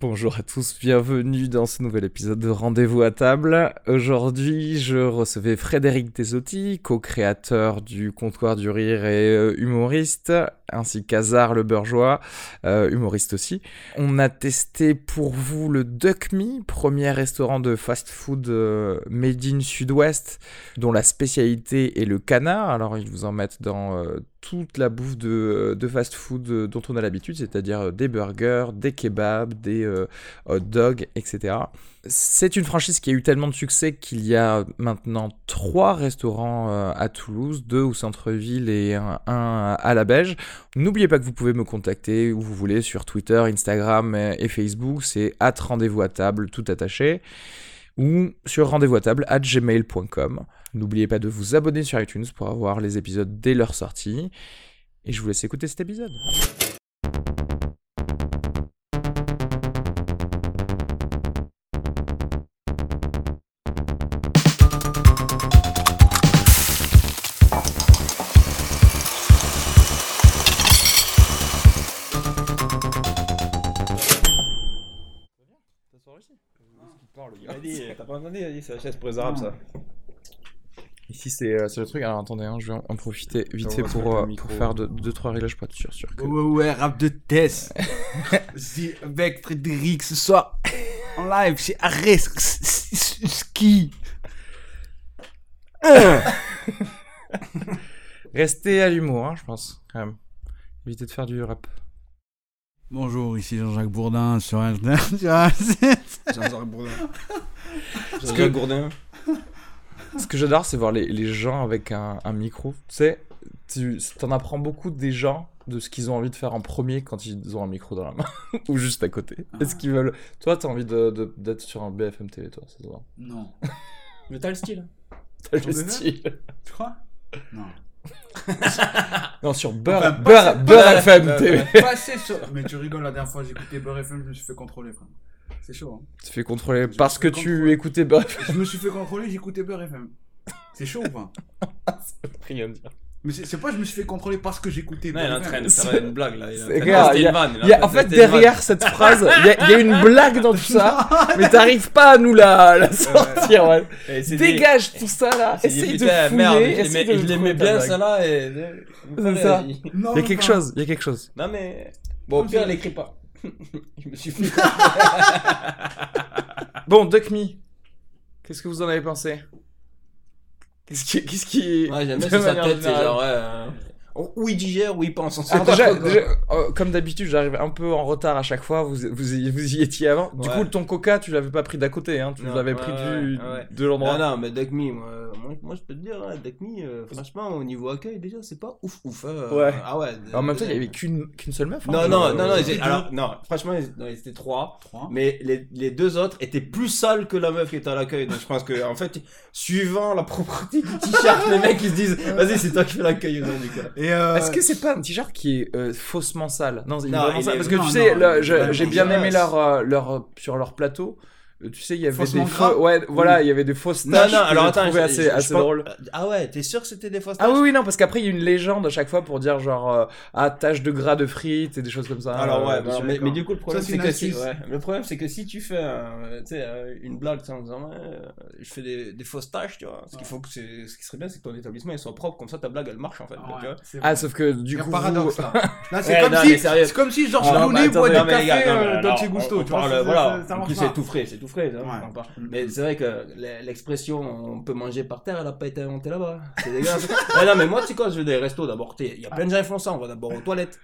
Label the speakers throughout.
Speaker 1: Bonjour à tous, bienvenue dans ce nouvel épisode de Rendez-vous à table. Aujourd'hui, je recevais Frédéric Tesotti, co-créateur du Comptoir du Rire et euh, humoriste, ainsi qu'Azar le Bourgeois, euh, humoriste aussi. On a testé pour vous le Duck Me, premier restaurant de fast-food euh, made in Sud-Ouest, dont la spécialité est le canard. Alors, ils vous en mettent dans euh, toute la bouffe de, de fast-food euh, dont on a l'habitude, c'est-à-dire euh, des burgers, des kebabs, des euh, hot dogs, etc. C'est une franchise qui a eu tellement de succès qu'il y a maintenant trois restaurants euh, à Toulouse, deux au centre-ville et un, un à la Belge. N'oubliez pas que vous pouvez me contacter où vous voulez sur Twitter, Instagram et et Facebook, c'est at rendez-vous à table, tout attaché, ou sur rendez-vous à table at gmail.com. N'oubliez pas de vous abonner sur iTunes pour avoir les épisodes dès leur sortie. Et je vous laisse écouter cet épisode.
Speaker 2: Vas-y, t'as pas entendu, vas-y, c'est la
Speaker 1: Ah.
Speaker 2: chaise pour les arabes, ça.
Speaker 1: Ici, c'est euh, c'est le truc. Alors attendez, hein, je vais en en profiter vite
Speaker 2: Attends,
Speaker 1: fait
Speaker 2: on va se
Speaker 1: pour,
Speaker 2: mettre
Speaker 1: euh,
Speaker 2: un micro.
Speaker 1: pour faire 2-3 réglages pour être sûr, sûr que.
Speaker 3: Ouais, ouais, ouais, rap de test. C'est avec Frédéric ce soir. En live, c'est Arès Ski.
Speaker 1: Restez à l'humour, hein, je pense, quand même. Évitez de faire du rap.
Speaker 3: Bonjour, ici Jean-Jacques Bourdin sur Internet.
Speaker 2: Jean-Jacques Bourdin.
Speaker 1: que-
Speaker 2: Jean-Jacques Bourdin.
Speaker 1: Ce que j'adore, c'est voir les, les gens avec un, un micro. Tu sais, tu t'en apprends beaucoup des gens de ce qu'ils ont envie de faire en premier quand ils ont un micro dans la main ou juste à côté. Est-ce qu'ils veulent. Toi, t'as envie de- de- d'être sur un BFM TV, toi, c'est ça hein.
Speaker 3: Non.
Speaker 2: Mais t'as le style.
Speaker 1: T'as
Speaker 3: Sur
Speaker 1: le
Speaker 3: BFM?
Speaker 1: style.
Speaker 3: Tu crois Non.
Speaker 1: Non, sur Beurre,
Speaker 3: Enfin,
Speaker 1: Beurre,
Speaker 3: pas-
Speaker 1: Beurre
Speaker 3: pas-
Speaker 1: FM TV.
Speaker 3: Passer sur. Mais tu rigoles, la dernière fois j'écoutais Beurre FM, je me suis fait contrôler, frère. C'est chaud.
Speaker 1: Tu te fais contrôler
Speaker 3: me
Speaker 1: parce que
Speaker 3: fais
Speaker 1: tu
Speaker 3: contrôler.
Speaker 1: écoutais Beurre FM.
Speaker 3: hein. Je me suis fait contrôler, j'écoutais Beurre FM. C'est chaud ou pas
Speaker 1: Rien à dire.
Speaker 3: Mais c'est c'est pas je me suis fait contrôler parce que j'écoutais
Speaker 2: Non,
Speaker 3: Beurre
Speaker 2: il est en
Speaker 3: FM.
Speaker 2: train de faire une blague, là. il est en train de
Speaker 1: C'est grave,
Speaker 2: tester
Speaker 1: il y a-
Speaker 2: une vanne, il
Speaker 1: Il y
Speaker 2: est
Speaker 1: a- en
Speaker 2: train de
Speaker 1: fait,
Speaker 2: tester une vanne.
Speaker 1: derrière cette phrase, il y, a- il y a une blague dans tout ça, mais t'arrives pas à nous la, la sortir. ouais.
Speaker 2: Et il s'est dit-
Speaker 1: Dégage tout ça là,
Speaker 2: il s'est dit,
Speaker 1: essaye de
Speaker 2: putain,
Speaker 1: fouiller.
Speaker 2: merde, je l'aimais-
Speaker 1: essaye de
Speaker 2: Je l'aimais
Speaker 1: trouver ta
Speaker 2: bien,
Speaker 1: blague.
Speaker 2: ça là. et-
Speaker 1: C'est ça.
Speaker 2: Il-
Speaker 3: Non,
Speaker 1: Il y a quelque
Speaker 3: pas.
Speaker 1: chose, il y a quelque chose.
Speaker 2: Non, mais. Bon, au
Speaker 3: Non,
Speaker 2: pire,
Speaker 3: c'est-
Speaker 2: elle écrit pas. Je me suis fait.
Speaker 1: Ah. Bon, Duck Me, qu'est-ce que vous en avez pensé Qu'est-ce qui. Qu'est-ce qui...
Speaker 2: Ouais, j'aime bien
Speaker 1: de
Speaker 2: sur sa
Speaker 1: manière
Speaker 2: tête, c'est
Speaker 1: générale.
Speaker 2: genre, ouais. euh, on- Où il digère, où il pense, on sait
Speaker 1: Alors
Speaker 2: pas
Speaker 1: Ah, déjà,
Speaker 2: trop, quoi.
Speaker 1: déjà, euh, comme d'habitude, j'arrive un peu en retard à chaque fois. Vous, vous, y, vous y étiez avant. Du
Speaker 2: Ouais.
Speaker 1: coup, ton coca, tu l'avais pas pris d'à côté, hein, tu
Speaker 2: Non,
Speaker 1: l'avais
Speaker 2: ouais,
Speaker 1: pris
Speaker 2: ouais,
Speaker 1: du,
Speaker 2: ouais.
Speaker 1: de l'endroit.
Speaker 2: Non, non, mais Dakmi, moi, moi, moi, je peux te dire, hein, Dakmi, euh, franchement, au niveau accueil, déjà, c'est pas ouf ouf. hein.
Speaker 1: Ouais.
Speaker 2: Ah ouais.
Speaker 1: En même temps, il y avait qu'une qu'une seule meuf. hein,
Speaker 2: Non,
Speaker 1: je-
Speaker 2: non, non, non, ils
Speaker 3: C'était
Speaker 2: étaient- alors, non, franchement, ils, non, ils étaient trois,
Speaker 3: Trois.
Speaker 2: mais les, les deux autres étaient plus sales que la meuf qui était à l'accueil. Donc, je pense que, en fait, suivant la propreté du t-shirt, les mecs, ils se disent, vas-y, c'est toi qui fais l'accueil aujourd'hui, quoi.
Speaker 3: Et euh,
Speaker 1: Est-ce que c'est pas un t-shirt qui est euh, faussement sale Non, il est
Speaker 2: Non,
Speaker 1: vraiment
Speaker 2: il
Speaker 1: sale.
Speaker 2: est-
Speaker 1: Parce que
Speaker 3: non,
Speaker 1: tu sais,
Speaker 3: non,
Speaker 1: là,
Speaker 3: il est
Speaker 1: je-
Speaker 3: vraiment
Speaker 1: j'ai bien
Speaker 2: dégueulasse.
Speaker 1: aimé leur, euh, leur sur leur plateau. euh, Tu sais, il y avait
Speaker 3: Faussement
Speaker 1: des
Speaker 3: gras
Speaker 1: faux, ouais, voilà, il y avait des fausses
Speaker 2: Non,
Speaker 1: taches.
Speaker 2: non,
Speaker 1: que
Speaker 2: alors
Speaker 1: j'ai
Speaker 2: attends,
Speaker 1: trouvé
Speaker 2: je-
Speaker 1: assez,
Speaker 2: je- je
Speaker 1: assez
Speaker 2: pense-
Speaker 1: drôle.
Speaker 2: Ah ouais, t'es sûr que c'était des fausses
Speaker 1: Ah
Speaker 2: taches
Speaker 1: oui, oui, non, parce qu'après il y a une légende à chaque fois pour dire genre euh, ah tache de gras de frites et des choses comme ça.
Speaker 3: Ah,
Speaker 2: Alors ouais,
Speaker 1: euh,
Speaker 2: bah,
Speaker 1: dessus,
Speaker 2: mais,
Speaker 1: d'accord.
Speaker 2: mais du coup le problème
Speaker 3: Ça, c'est
Speaker 2: c'est
Speaker 3: une
Speaker 2: que si,
Speaker 3: astuce.
Speaker 2: ouais, le problème c'est que si tu fais un, euh, tu sais, euh, une blague tu sais, en disant ouais, euh, je fais des, des fausses tâches tu vois, ce qu'il faut que c'est, ce qui serait bien c'est que ton établissement il soit propre comme ça ta blague elle marche en fait.
Speaker 3: Ah
Speaker 2: tu
Speaker 3: ouais,
Speaker 2: vois.
Speaker 3: c'est
Speaker 1: Ah,
Speaker 3: vrai.
Speaker 1: sauf que du
Speaker 3: Il y a
Speaker 1: coup.
Speaker 3: un paradoxe là. Là, c'est
Speaker 2: Ouais,
Speaker 3: comme
Speaker 2: Eh, non, mais
Speaker 3: si,
Speaker 2: sérieux.
Speaker 3: c'est comme si Georges
Speaker 1: Non,
Speaker 3: Clooney
Speaker 2: attends,
Speaker 3: boit du
Speaker 2: non, mais les gars,
Speaker 3: café
Speaker 2: non, mais
Speaker 3: euh,
Speaker 2: alors,
Speaker 3: Dolce
Speaker 2: on-
Speaker 3: Gusto.
Speaker 2: on
Speaker 3: Tu vois,
Speaker 2: parle,
Speaker 3: ça-
Speaker 2: voilà,
Speaker 3: ça- ça
Speaker 2: en
Speaker 3: marche
Speaker 2: plus
Speaker 3: pas.
Speaker 2: c'est tout frais, c'est tout frais. hein,
Speaker 3: Ouais.
Speaker 2: on parle. Mais c'est vrai que l'e- l'expression on peut manger par terre elle a pas été inventée là-bas. hein. C'est dégueulasse. Ouais, non mais moi tu sais quoi je vais des restos d'abord, t'es- il y a plein de gens qui font ça, on va d'abord aux toilettes.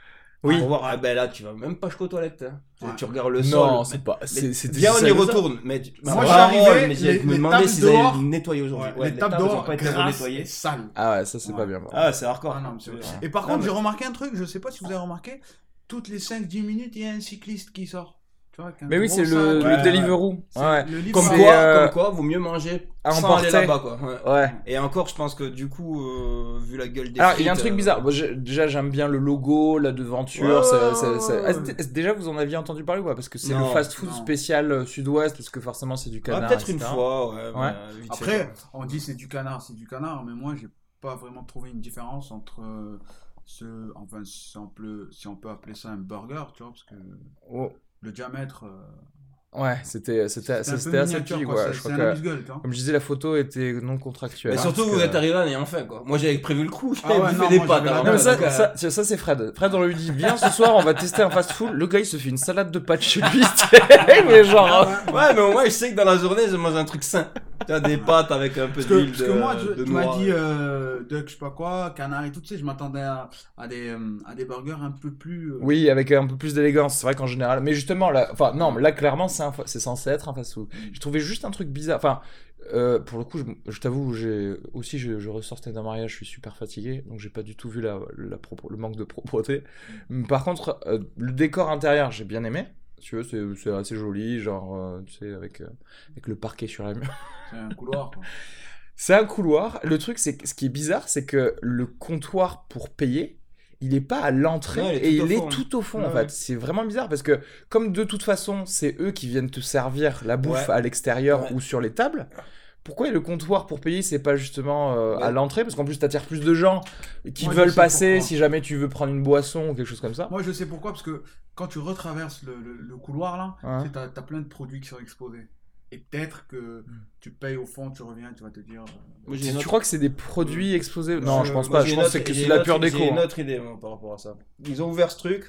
Speaker 1: Oui.
Speaker 2: Pour voir, ah ben là tu vas même pas jusqu'aux toilettes. hein. Tu-
Speaker 3: Ouais.
Speaker 2: Tu regardes le sol.
Speaker 1: Non, c'est pas.
Speaker 2: Mais
Speaker 1: c'est- C'était.
Speaker 2: Viens, on y
Speaker 1: c'est-
Speaker 2: retourne. Mais tu-
Speaker 3: Moi,
Speaker 2: bah,
Speaker 3: je
Speaker 2: bah,
Speaker 3: suis arrivé,
Speaker 2: mais j'ai-
Speaker 3: les-
Speaker 2: je me
Speaker 3: les
Speaker 2: demandais
Speaker 3: tables
Speaker 2: s'ils allaient
Speaker 3: dehors-
Speaker 2: nettoyer aujourd'hui.
Speaker 3: Ouais,
Speaker 2: Ouais,
Speaker 3: les tables
Speaker 2: elles ont
Speaker 3: d'or,
Speaker 2: pas été
Speaker 3: grasses
Speaker 2: nettoyées.
Speaker 3: et sales.
Speaker 1: Ah ouais, ça c'est
Speaker 3: Ouais.
Speaker 1: pas bien.
Speaker 2: Ah, c'est hardcore.
Speaker 3: Ah non, mais c'est vrai.
Speaker 2: Ouais.
Speaker 3: Et par
Speaker 2: Non,
Speaker 3: contre,
Speaker 2: mais-
Speaker 3: j'ai remarqué un truc, je sais pas si vous avez remarqué, toutes les 5-10 minutes, il y a un cycliste qui sort. Tu vois, avec un
Speaker 1: Mais oui,
Speaker 3: gros
Speaker 1: c'est
Speaker 3: sac, euh,
Speaker 1: le,
Speaker 2: ouais,
Speaker 1: le
Speaker 2: ouais.
Speaker 1: Deliveroo.
Speaker 3: c'est
Speaker 1: Ouais.
Speaker 3: le livre
Speaker 2: Comme
Speaker 3: à-
Speaker 1: C'est,
Speaker 2: quoi,
Speaker 1: euh,
Speaker 2: comme quoi, vaut mieux manger
Speaker 1: à
Speaker 2: sans
Speaker 1: emporter.
Speaker 2: aller là-bas, quoi. Ouais.
Speaker 1: Ouais.
Speaker 2: Et encore, je pense que du coup, euh, vu la gueule des
Speaker 1: Alors, il y a un
Speaker 2: frites,
Speaker 1: truc
Speaker 2: euh,
Speaker 1: bizarre. Moi, j'ai- déjà, j'aime bien le logo, la devanture.
Speaker 2: Ouais,
Speaker 1: ça-
Speaker 2: ouais,
Speaker 1: ça- ça-
Speaker 2: ouais,
Speaker 1: Ah,
Speaker 2: ouais.
Speaker 1: c'était- déjà, vous en aviez entendu parler ou pas Parce que c'est le
Speaker 2: Non,
Speaker 1: fast-food
Speaker 3: non.
Speaker 1: spécial euh, sud-ouest, parce que forcément, c'est du
Speaker 2: ouais,
Speaker 1: canard.
Speaker 2: peut-être une
Speaker 1: etc.
Speaker 2: fois, ouais. mais,
Speaker 1: Ouais.
Speaker 2: euh, vite fait,
Speaker 3: Après,
Speaker 2: quoi.
Speaker 3: on dit c'est du canard, c'est du canard, mais moi, j'ai pas vraiment trouvé une différence entre euh, ce. Enfin, si on peut, si on peut appeler ça un burger, tu vois, parce que.
Speaker 1: Oh.
Speaker 3: le diamètre. euh,
Speaker 1: Ouais, c'était c'était
Speaker 3: un peu
Speaker 1: c'était assez
Speaker 3: miniature,
Speaker 1: petit,
Speaker 3: quoi.
Speaker 1: ouais.
Speaker 3: C'est-
Speaker 1: Je
Speaker 3: C'est
Speaker 1: crois
Speaker 3: un hein.
Speaker 1: que,
Speaker 3: amuse-gueule, tu vois.
Speaker 1: comme je disais, la photo était non contractuelle.
Speaker 2: Mais
Speaker 3: Parce
Speaker 2: surtout,
Speaker 3: que-
Speaker 2: vous êtes arrivé en ayant faim, quoi. Moi, j'avais prévu le coup,
Speaker 3: Ah
Speaker 2: j'avais
Speaker 3: ouais,
Speaker 2: bouffé
Speaker 3: non,
Speaker 2: des
Speaker 3: moi,
Speaker 2: pâtes
Speaker 3: j'avais la
Speaker 2: avant.
Speaker 1: Non, mais ça,
Speaker 2: donc, euh,
Speaker 1: ça, tiens, ça, c'est Fred. Fred, on lui dit bien ce soir, on va tester un fast food. Le gars, il se fait une salade de pâtes chez lui. c'était- mais genre. hein.
Speaker 3: Ah ouais.
Speaker 2: euh. Ouais, mais au moins, je sais que dans la journée, je mange un truc sain. Tu as des pâtes avec un peu
Speaker 3: Parce que,
Speaker 2: d'huile
Speaker 3: parce que
Speaker 2: de,
Speaker 3: moi, tu,
Speaker 2: de
Speaker 3: tu m'as
Speaker 2: noix.
Speaker 3: dit euh, duck, je sais pas quoi, canard et tout, tu sais, je m'attendais à, à des, euh, à des burgers un peu plus. euh,
Speaker 1: Oui, avec un peu plus d'élégance. C'est vrai qu'en général. Mais justement, là, enfin, non, mais là, clairement, c'est un fa- c'est censé être un fast food. J'ai trouvé juste un truc bizarre. Enfin, euh, pour le coup, je, je t'avoue, j'ai aussi, je, je ressortais d'un mariage, je suis super fatigué, donc j'ai pas du tout vu la, la propre- le manque de propreté. Mais Par contre, euh, le décor intérieur, j'ai bien aimé. Tu vois, c'est- c'est assez joli, genre, euh, tu sais, avec, euh, avec le parquet sur la mur.
Speaker 3: C'est un couloir, quoi.
Speaker 1: C'est un couloir. Le truc, c'est que- ce qui est bizarre, c'est que le comptoir pour payer, il n'est pas à l'entrée
Speaker 2: Ouais, il est
Speaker 1: et
Speaker 2: tout au
Speaker 1: il est
Speaker 2: fond.
Speaker 1: tout au fond. En
Speaker 2: Ouais, ouais.
Speaker 1: fait, c'est vraiment bizarre parce que comme de toute façon, c'est eux qui viennent te servir la bouffe
Speaker 2: Ouais.
Speaker 1: à l'extérieur
Speaker 2: Ouais.
Speaker 1: ou sur les tables. Pourquoi le comptoir pour payer, c'est pas justement euh, à
Speaker 2: Ouais.
Speaker 1: l'entrée Parce qu'en plus, t'attires plus de gens qui
Speaker 3: Moi, je
Speaker 1: veulent
Speaker 3: sais
Speaker 1: passer
Speaker 3: pourquoi.
Speaker 1: si jamais tu veux prendre une boisson ou quelque chose comme ça.
Speaker 3: Moi, je sais pourquoi, parce que quand tu retraverses le, le- le couloir, là,
Speaker 1: Ouais.
Speaker 3: tu sais, t'as, t'as plein de produits qui sont exposés. Et peut-être que
Speaker 1: Hmm.
Speaker 3: tu payes au fond, tu reviens, tu vas te dire. euh,
Speaker 2: Moi, j'ai
Speaker 1: Tu
Speaker 2: une autre-
Speaker 1: crois que c'est des produits exposés Non,
Speaker 2: Moi,
Speaker 1: je pense
Speaker 2: moi,
Speaker 1: pas.
Speaker 2: j'ai
Speaker 1: Je
Speaker 2: une
Speaker 1: pense
Speaker 2: autre-
Speaker 1: que
Speaker 2: j'ai
Speaker 1: c'est de la
Speaker 2: une
Speaker 1: pure
Speaker 2: autre-
Speaker 1: déco.
Speaker 2: J'ai une
Speaker 1: hein.
Speaker 2: autre idée moi, par rapport à ça. Ils ont ouvert ce truc.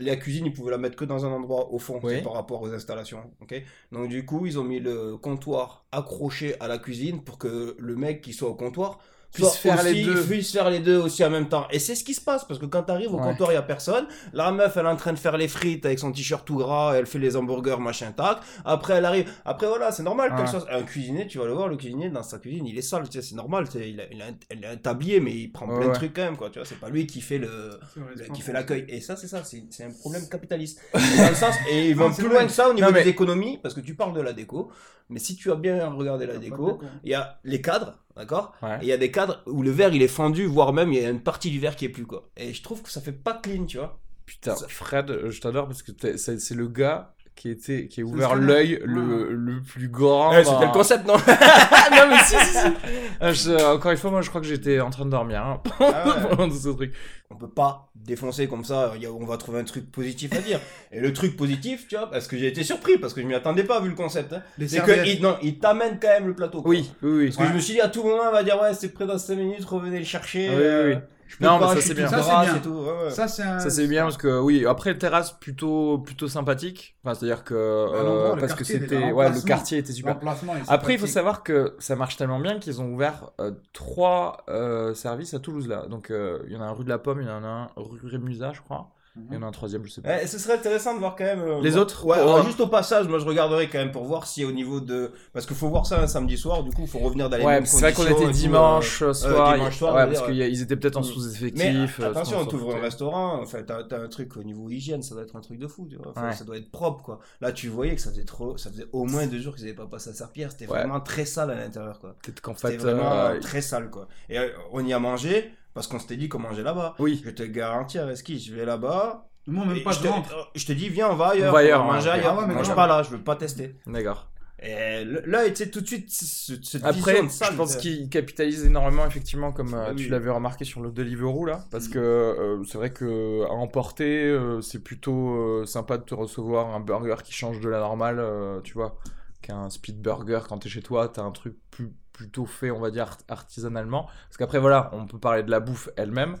Speaker 2: La cuisine, ils pouvaient la mettre que dans un endroit au fond,
Speaker 1: Oui.
Speaker 2: c'est par rapport aux installations. ok Donc du coup, ils ont mis le comptoir accroché à la cuisine pour que le mec qui soit au comptoir
Speaker 1: Puisse
Speaker 2: soit
Speaker 1: faire les
Speaker 2: aussi-
Speaker 1: deux.
Speaker 2: puisse faire les deux aussi en même temps. Et c'est ce qui se passe parce que quand t'arrives au
Speaker 1: Ouais.
Speaker 2: comptoir, il y a personne. La meuf, elle est en train de faire les frites avec son t-shirt tout gras, elle fait les hamburgers, machin, tac. Après, elle arrive. Après, voilà, c'est normal comme
Speaker 1: Ouais.
Speaker 2: chose. Un cuisinier, tu vas le voir, le cuisinier, dans sa cuisine, il est sale, tu sais, c'est normal. tu sais, Il a, il, a un, il a un tablier, mais il prend
Speaker 1: Ouais,
Speaker 2: plein de
Speaker 1: ouais.
Speaker 2: trucs quand même, quoi. Tu vois, c'est pas lui qui fait le.
Speaker 3: euh,
Speaker 2: le- qui fait l'accueil et ça c'est ça c'est c'est un problème capitaliste dans le sens et ils vont
Speaker 3: Ah, c'est
Speaker 2: plus
Speaker 3: vrai.
Speaker 2: loin que ça au niveau
Speaker 1: Non, mais-
Speaker 2: des économies parce que tu parles de la déco mais si tu as bien regardé la déco il y a les cadres d'accord
Speaker 1: Ouais.
Speaker 2: et il y a des cadres où le verre il est fendu voire même il y a une partie du verre qui est plus quoi et je trouve que ça fait pas clean tu vois
Speaker 1: Putain,
Speaker 2: Ça-
Speaker 1: Fred, euh, je t'adore parce que t'es- c'est c'est le gars qui était qui a ouvert
Speaker 3: scanner.
Speaker 1: l'œil
Speaker 3: Ouais.
Speaker 1: le, le plus grand.
Speaker 2: Eh, c'était
Speaker 1: dans-
Speaker 2: le concept non
Speaker 1: Ah, non, mais si, si, si. Ah, je- encore une fois, moi, je crois que j'étais en train de dormir hein,
Speaker 2: Ah
Speaker 1: pendant ce truc.
Speaker 2: on peut pas défoncer comme ça, il y a- on va trouver un truc positif à dire. Et le truc positif, tu vois, parce que j'ai été surpris, parce que je m'y attendais pas vu le concept, hein,
Speaker 3: Les
Speaker 2: c'est que
Speaker 3: serviettes.
Speaker 2: il, non, il t'amène quand même le plateau. quoi.
Speaker 1: Oui, oui, oui. Ah
Speaker 2: Parce que je me suis dit à tout moment, on va dire ouais, c'est près dans 5 minutes, revenez le chercher.
Speaker 1: Ah Oui, oui,
Speaker 2: euh,
Speaker 1: oui.
Speaker 2: je peux
Speaker 1: Non,
Speaker 2: pas,
Speaker 1: mais ça,
Speaker 2: je suis
Speaker 1: c'est
Speaker 2: tout
Speaker 1: bien.
Speaker 3: Ça, c'est
Speaker 2: grasse
Speaker 3: bien.
Speaker 2: et tout, ouais, ouais.
Speaker 3: Ça, c'est un-
Speaker 1: Ça c'est bien parce que oui après terrasse plutôt plutôt sympathique enfin c'est à dire que euh,
Speaker 3: l'endroit, le
Speaker 1: parce que
Speaker 3: quartier, déjà,
Speaker 1: c'était ouais le
Speaker 3: l'emplacement.
Speaker 1: quartier était super
Speaker 3: L'emplacement, il est
Speaker 1: Après, il faut
Speaker 3: sympathique.
Speaker 1: savoir que ça marche tellement bien qu'ils ont ouvert euh, trois euh, services à Toulouse là. Donc, euh, il y en a un rue de la Pomme, il y en a un rue Rémusat, je crois.
Speaker 3: Mhm.
Speaker 1: Il y en a un troisième, je sais pas.
Speaker 2: Ouais, et ce serait intéressant de voir quand même. euh,
Speaker 1: Les
Speaker 2: bon,
Speaker 1: autres,
Speaker 2: Eh,
Speaker 1: oh,
Speaker 2: Ouais,
Speaker 1: pour-
Speaker 2: alors juste au passage, moi je regarderai quand même pour voir si au niveau de. Parce qu'il faut voir ça un samedi soir, du coup, il faut revenir dans les
Speaker 1: ouais,
Speaker 2: mêmes
Speaker 1: c'est vrai qu'on
Speaker 2: conditions
Speaker 1: était
Speaker 2: et tout, euh,
Speaker 1: dimanche soir.
Speaker 2: dimanche
Speaker 1: il-
Speaker 2: soir,
Speaker 1: ouais,
Speaker 2: on va
Speaker 1: parce
Speaker 2: dire,
Speaker 1: qu'ils étaient peut-être en
Speaker 2: Mm.
Speaker 1: sous-effectif.
Speaker 2: Mais
Speaker 1: euh, ce qu'on
Speaker 2: attention,
Speaker 1: s'en
Speaker 2: t'ouvres un
Speaker 1: foutait.
Speaker 2: restaurant, enfin, t'as, t'as un truc au niveau hygiène, ça doit être un truc de fou, tu vois. Enfin,
Speaker 1: Ouais.
Speaker 2: Ça doit être propre, quoi. Là, tu voyais que ça faisait trop, ça faisait au moins deux jours qu'ils n'avaient pas passé à serpillère. C'était
Speaker 1: Ouais.
Speaker 2: vraiment très sale à l'intérieur, quoi.
Speaker 1: Peut-être qu'en
Speaker 2: C'était
Speaker 1: fait.
Speaker 2: vraiment
Speaker 1: euh,
Speaker 2: euh, très sale, quoi. Et euh, on y a mangé parce qu'on s'était dit qu'on mangeait là-bas.
Speaker 1: Oui.
Speaker 2: Je te garantis, Reski, je vais là-bas.
Speaker 3: Moi,
Speaker 2: et
Speaker 3: même pas,
Speaker 2: je,
Speaker 3: je
Speaker 2: te,
Speaker 3: rentre.
Speaker 2: je te dis, viens, on va ailleurs.
Speaker 1: On va ailleurs, hein. ouais.
Speaker 2: manger ailleurs.
Speaker 3: Ah ouais, mais
Speaker 2: mange
Speaker 3: grave.
Speaker 2: pas là, je veux pas tester.
Speaker 1: D'accord.
Speaker 2: Et le- là, tu sais, tout de suite, ce- cette
Speaker 1: Après,
Speaker 2: vision de sale,
Speaker 1: je pense
Speaker 2: tu sais.
Speaker 1: qu'ils capitalisent énormément, effectivement, comme euh,
Speaker 2: Oui.
Speaker 1: tu l'avais remarqué sur le Deliveroo, là. Parce
Speaker 3: Mm.
Speaker 1: que euh, c'est vrai que à emporter, euh, c'est plutôt euh, sympa de te recevoir un burger qui change de la normale, euh, tu vois, qu'un speed burger quand t'es chez toi. T'as un truc plus, plutôt fait, on va dire, art- artisanalement. Parce qu'après, voilà, on peut parler de la bouffe elle-même.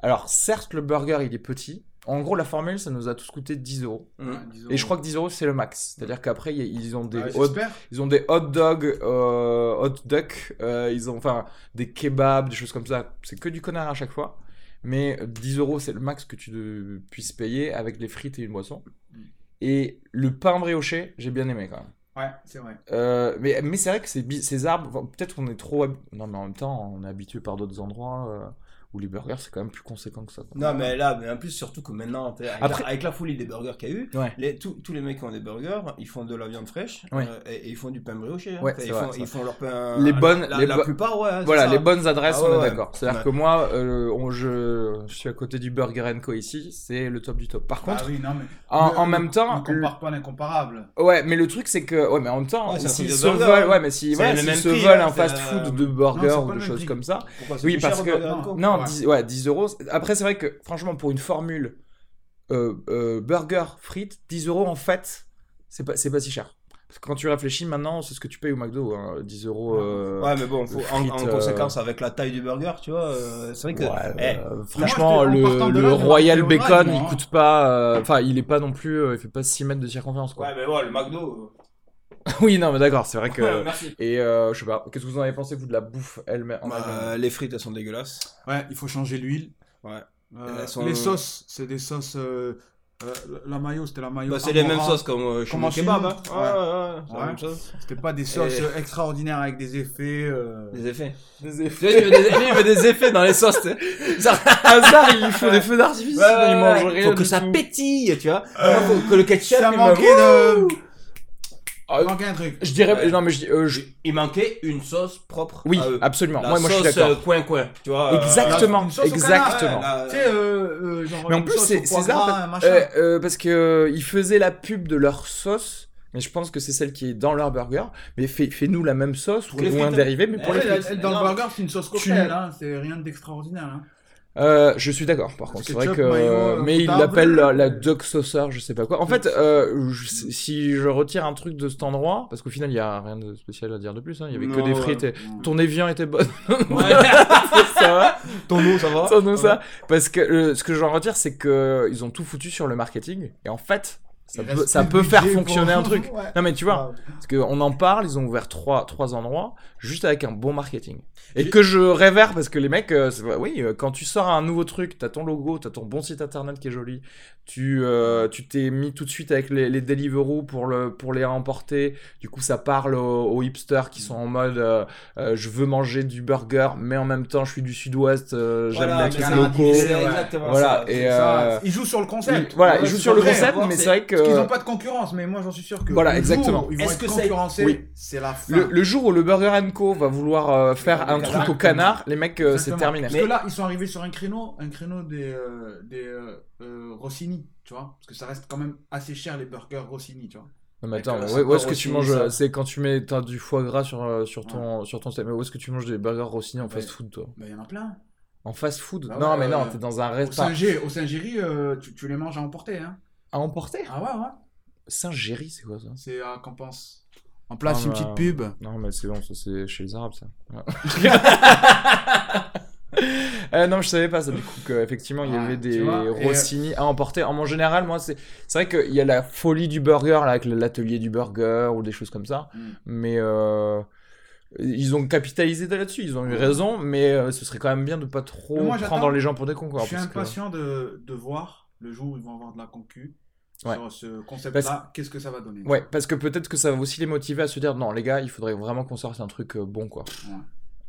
Speaker 1: Alors, certes, le burger, il est petit. En gros, la formule, ça nous a tous coûté 10 euros.
Speaker 2: Mm.
Speaker 1: Et je crois que 10 euros, c'est le max. C'est-à-dire qu'après, y- ils ont des hot
Speaker 3: J'espère.
Speaker 1: ils ont des hot dogs, euh, hot duck, euh, ils ont enfin des kebabs, des choses comme ça. C'est que du connard à chaque fois. Mais euh, 10 euros, c'est le max que tu de- puisses payer avec les frites et une boisson. Et le pain brioché, j'ai bien aimé quand même.
Speaker 3: Ouais, c'est vrai.
Speaker 1: Euh, mais mais c'est vrai que ces, bi- ces arbres, enfin, peut-être qu'on est trop. hab- Non, mais en même temps, on est habitué par d'autres endroits euh, où les burgers, c'est quand même plus conséquent que ça. quoi.
Speaker 2: Non, mais là, mais en plus, surtout que maintenant, t'es- avec,
Speaker 1: Après-
Speaker 2: la, avec la folie des burgers qu'il y a eu,
Speaker 1: Ouais.
Speaker 2: les- tous tous les mecs qui ont des burgers, ils font de la viande fraîche
Speaker 1: Ouais.
Speaker 2: euh, et, et ils font du pain brioché. hein.
Speaker 1: Ouais,
Speaker 2: Enfin,
Speaker 1: c'est
Speaker 2: ils,
Speaker 1: vrai,
Speaker 2: font,
Speaker 1: ça.
Speaker 2: ils font leur pain.
Speaker 1: Les bonnes-
Speaker 2: euh, La,
Speaker 1: les
Speaker 2: la
Speaker 1: bo-
Speaker 2: plupart, ouais. c'est
Speaker 1: Voilà,
Speaker 2: ça.
Speaker 1: les bonnes adresses,
Speaker 2: Ah ouais,
Speaker 1: on est
Speaker 2: ouais.
Speaker 1: d'accord. C'est-à-dire
Speaker 2: Ouais.
Speaker 1: que moi, euh, on- je, je suis à côté du Burger Co ici, c'est le top du top. Par
Speaker 2: Bah
Speaker 1: contre,
Speaker 3: Ah oui, non, mais.
Speaker 1: En,
Speaker 3: Ne-
Speaker 1: en
Speaker 3: ne-
Speaker 1: même
Speaker 3: Ne
Speaker 1: temps,
Speaker 3: compare pas l'incomparable.
Speaker 1: le- ouais, mais le truc c'est que, ouais, mais en même temps,
Speaker 2: Ouais, c'est un
Speaker 1: s'ils
Speaker 2: truc de
Speaker 1: se
Speaker 2: burger,
Speaker 1: volent,
Speaker 2: hein.
Speaker 1: ouais, mais s'ils
Speaker 2: C'est
Speaker 1: voilà,
Speaker 2: le
Speaker 1: s'ils
Speaker 2: même
Speaker 1: se
Speaker 2: prix,
Speaker 1: volent
Speaker 2: hein,
Speaker 1: un
Speaker 2: c'est
Speaker 1: fast-food
Speaker 2: la-
Speaker 1: de burger
Speaker 3: Non, c'est pas
Speaker 1: ou
Speaker 3: le
Speaker 1: de
Speaker 3: même
Speaker 1: choses
Speaker 3: prix.
Speaker 1: comme ça.
Speaker 2: Pourquoi c'est
Speaker 1: Oui,
Speaker 2: plus
Speaker 1: parce
Speaker 2: cher,
Speaker 1: que-
Speaker 2: le burger, quoi
Speaker 1: Non,
Speaker 3: Ouais.
Speaker 1: 10, ouais, 10 euros. Après, c'est vrai que, franchement, pour une formule euh, euh, burger, frites, 10 euros en fait, c'est pas, c'est pas si cher. Parce que quand tu réfléchis maintenant, c'est ce que tu payes au McDo, hein, 10 euros. euh,
Speaker 2: Ouais, mais bon, faut- en, en
Speaker 1: frites, euh,
Speaker 2: conséquence, avec la taille du burger, tu vois, euh, c'est vrai que.
Speaker 1: Ouais,
Speaker 2: eh,
Speaker 1: euh, franchement,
Speaker 3: je te- en
Speaker 1: le,
Speaker 3: partant de
Speaker 1: le
Speaker 3: là, je vais
Speaker 1: Royal
Speaker 3: manger au
Speaker 1: Bacon,
Speaker 3: drive,
Speaker 1: il
Speaker 3: moi,
Speaker 1: coûte pas. euh, Enfin, il est pas non plus. euh, il fait pas 6 mètres de circonférence, quoi.
Speaker 2: ouais, mais ouais, le McDo.
Speaker 1: oui, non, mais d'accord, c'est vrai que.
Speaker 2: euh, ouais, merci.
Speaker 1: Et euh, je sais pas, qu'est-ce que vous en avez pensé, vous, de la bouffe elle-même en
Speaker 2: Bah,
Speaker 1: elle-même
Speaker 2: Euh, les frites, elles sont dégueulasses.
Speaker 3: Ouais, il faut changer l'huile.
Speaker 2: Ouais.
Speaker 3: Euh,
Speaker 2: Elles sont-
Speaker 3: Les sauces, c'est des sauces. euh, euh, la mayo, c'était la mayo.
Speaker 2: Bah, c'est les
Speaker 3: Amora.
Speaker 2: mêmes sauces comme euh, chez
Speaker 3: Comme
Speaker 2: nous,
Speaker 3: en
Speaker 2: kebab. Hein.
Speaker 3: Chine.
Speaker 2: Ouais, ouais, ouais, c'est la
Speaker 3: Ouais.
Speaker 2: même chose.
Speaker 3: C'était pas des sauces
Speaker 2: Et-
Speaker 3: euh, extraordinaires avec des effets. euh,
Speaker 2: Les effets.
Speaker 1: Des effets.
Speaker 2: Tu sais, il met des- lui, il met des effets dans les sauces, tu sais.
Speaker 1: Hasard, Ah, il faut des feux d'artifice,
Speaker 2: Ouais, ouais,
Speaker 1: il mange rien.
Speaker 2: Faut que
Speaker 1: du
Speaker 2: ça
Speaker 1: tout.
Speaker 2: pétille, tu vois. Faut que le ketchup,
Speaker 3: euh, Ça
Speaker 2: il
Speaker 3: manquait
Speaker 2: me-
Speaker 3: de.
Speaker 1: Ah,
Speaker 3: Il manquait un truc.
Speaker 1: Je dirais.
Speaker 2: Ouais.
Speaker 1: Non, mais je dis. euh, je-
Speaker 2: Il manquait une sauce propre.
Speaker 1: Oui,
Speaker 2: à eux.
Speaker 1: absolument.
Speaker 2: La
Speaker 1: Moi, moi, je suis
Speaker 2: sauce
Speaker 1: d'accord.
Speaker 2: coin-coin, tu vois. euh,
Speaker 1: Exactement,
Speaker 3: Une sauce au
Speaker 1: exactement.
Speaker 2: canard, ouais, la-
Speaker 3: Tu sais, euh, euh, genre.
Speaker 1: Mais en
Speaker 3: une
Speaker 1: plus,
Speaker 3: sauce
Speaker 1: c'est-
Speaker 3: au foie
Speaker 1: c'est ça,
Speaker 3: gras,
Speaker 1: fait.
Speaker 3: un machin.
Speaker 1: Euh, euh, parce que euh, ils faisaient la pub de leur sauce, mais je pense que c'est celle qui est dans leur burger. Mais fais- fais-nous la même sauce ou,
Speaker 2: Pour les
Speaker 1: ou
Speaker 2: frites.
Speaker 1: un dérivé, mais pour
Speaker 2: Eh
Speaker 1: les
Speaker 2: oui,
Speaker 1: frites.
Speaker 2: frites.
Speaker 3: dans
Speaker 2: Non.
Speaker 3: le burger, c'est une sauce cocktail, hein, c'est rien d'extraordinaire. Hein.
Speaker 1: Euh, je suis d'accord, par contre. C'est
Speaker 3: Parce
Speaker 1: vrai
Speaker 3: que
Speaker 1: que. euh,
Speaker 3: ketchup, mayo,
Speaker 1: mais ils
Speaker 3: moutarde.
Speaker 1: l'appellent la,
Speaker 3: euh,
Speaker 1: la duck saucer, je sais pas quoi. En fait, euh, je- si je retire un truc de cet endroit, parce qu'au final, il y a rien de spécial à dire de plus, hein, il y avait que
Speaker 2: Non,
Speaker 1: des frites.
Speaker 2: ouais.
Speaker 1: Et... Ton évian était bon.
Speaker 2: Ouais.
Speaker 1: ça va.
Speaker 2: Ton eau, ça va
Speaker 1: Ça, non, ça. Parce que euh, ce que j'en retire, c'est que euh, ils ont tout foutu sur le marketing. Et en fait, ça
Speaker 3: Il
Speaker 1: peut,
Speaker 3: reste
Speaker 1: ça
Speaker 3: plus de
Speaker 1: peut faire
Speaker 3: budget pour-
Speaker 1: fonctionner un truc.
Speaker 3: Ouais.
Speaker 1: Non mais tu vois, parce qu'on en parle, ils ont ouvert trois, trois endroits juste avec un bon marketing. Et que je révère parce que les mecs, euh, c'est- oui, euh, quand tu sors un nouveau truc, t'as ton logo, t'as ton bon site internet qui est joli, tu euh, tu t'es mis tout de suite avec les, les Deliveroo pour, le, pour les emporter, du coup ça parle aux, aux hipsters qui sont en mode euh, euh, je veux manger du burger, mais en même temps je suis du sud-ouest, euh, j'aime
Speaker 2: Voilà,
Speaker 1: bien
Speaker 2: mais
Speaker 1: les
Speaker 2: c'est
Speaker 1: locaux.
Speaker 2: c'est
Speaker 3: Ouais.
Speaker 2: exactement
Speaker 1: Voilà,
Speaker 2: ça.
Speaker 1: et,
Speaker 2: C'est ça.
Speaker 1: euh,
Speaker 3: Ils jouent sur le
Speaker 1: Oui,
Speaker 3: concept.
Speaker 1: voilà,
Speaker 3: Ouais,
Speaker 1: ils jouent
Speaker 3: c'est
Speaker 1: sur le
Speaker 3: vrai,
Speaker 1: concept,
Speaker 3: voir,
Speaker 1: mais
Speaker 3: c'est-
Speaker 1: c'est vrai que
Speaker 3: Parce qu'ils n'ont pas de concurrence, mais moi j'en suis sûr que.
Speaker 1: Voilà,
Speaker 3: le jour
Speaker 1: exactement.
Speaker 3: où Ils vont
Speaker 2: Est-ce
Speaker 3: être
Speaker 2: que c'est-
Speaker 3: concurrencés,
Speaker 1: Oui.
Speaker 3: c'est la fin.
Speaker 1: le, le jour où le Burger Co va vouloir euh, faire
Speaker 2: Exactement.
Speaker 1: un truc au canard, les mecs, euh, c'est
Speaker 3: Exactement.
Speaker 1: terminé.
Speaker 3: Parce que là, ils sont arrivés sur un créneau, un créneau des, euh, des euh, euh, Rossini, tu vois. Parce que ça reste quand même assez cher les burgers Rossini, tu vois.
Speaker 1: Non mais
Speaker 2: Avec,
Speaker 1: attends,
Speaker 2: euh,
Speaker 1: mais
Speaker 2: ça
Speaker 1: où, où est-ce
Speaker 2: part
Speaker 1: que tu
Speaker 2: aussi,
Speaker 1: manges
Speaker 2: ça.
Speaker 1: euh, C'est quand tu mets t'as du foie gras sur, euh, sur ton sur ton steak. Mais où est-ce que tu manges des burgers Rossini en
Speaker 3: Ouais.
Speaker 1: fast-food toi
Speaker 3: Bah, il y en a plein.
Speaker 1: En fast-food
Speaker 3: Bah
Speaker 1: Non
Speaker 3: ouais,
Speaker 1: mais non,
Speaker 3: ouais.
Speaker 1: t'es dans un
Speaker 3: Au
Speaker 1: restaurant
Speaker 3: Saint-Géry, au Saint-Géry, euh, tu, tu les manges à emporter, hein.
Speaker 1: à emporter.
Speaker 3: Ah ouais, ouais.
Speaker 1: Saint-Géry, c'est quoi ça
Speaker 3: C'est à qu'en pense. En place,
Speaker 1: Ah
Speaker 3: une
Speaker 1: bah,
Speaker 3: petite pub.
Speaker 1: Non mais c'est bon, ça c'est chez les Arabes ça. Euh, non, je savais pas ça du coup qu'effectivement il y
Speaker 3: Ouais,
Speaker 1: avait
Speaker 3: tu
Speaker 1: des
Speaker 3: vois, et, euh,
Speaker 1: Rossini à emporter. En, en général, moi c'est c'est vrai qu'il y a la folie du burger là avec l'atelier du burger ou des choses comme ça,
Speaker 3: Mm.
Speaker 1: mais euh, ils ont capitalisé de là-dessus, ils ont eu raison, mais euh, ce serait quand même bien de pas trop
Speaker 3: Mais moi,
Speaker 1: prendre
Speaker 3: j'attends.
Speaker 1: les gens pour des cons quoi.
Speaker 3: Je suis
Speaker 1: parce que-
Speaker 3: impatient de, de voir le jour où ils vont avoir de la concu
Speaker 1: Ouais.
Speaker 3: sur ce concept-là. Qu'est-ce que ça va donner
Speaker 1: Ouais, parce que peut-être que ça va aussi les motiver à se dire non les gars, il faudrait vraiment qu'on sorte un truc euh, bon quoi.
Speaker 3: Ouais.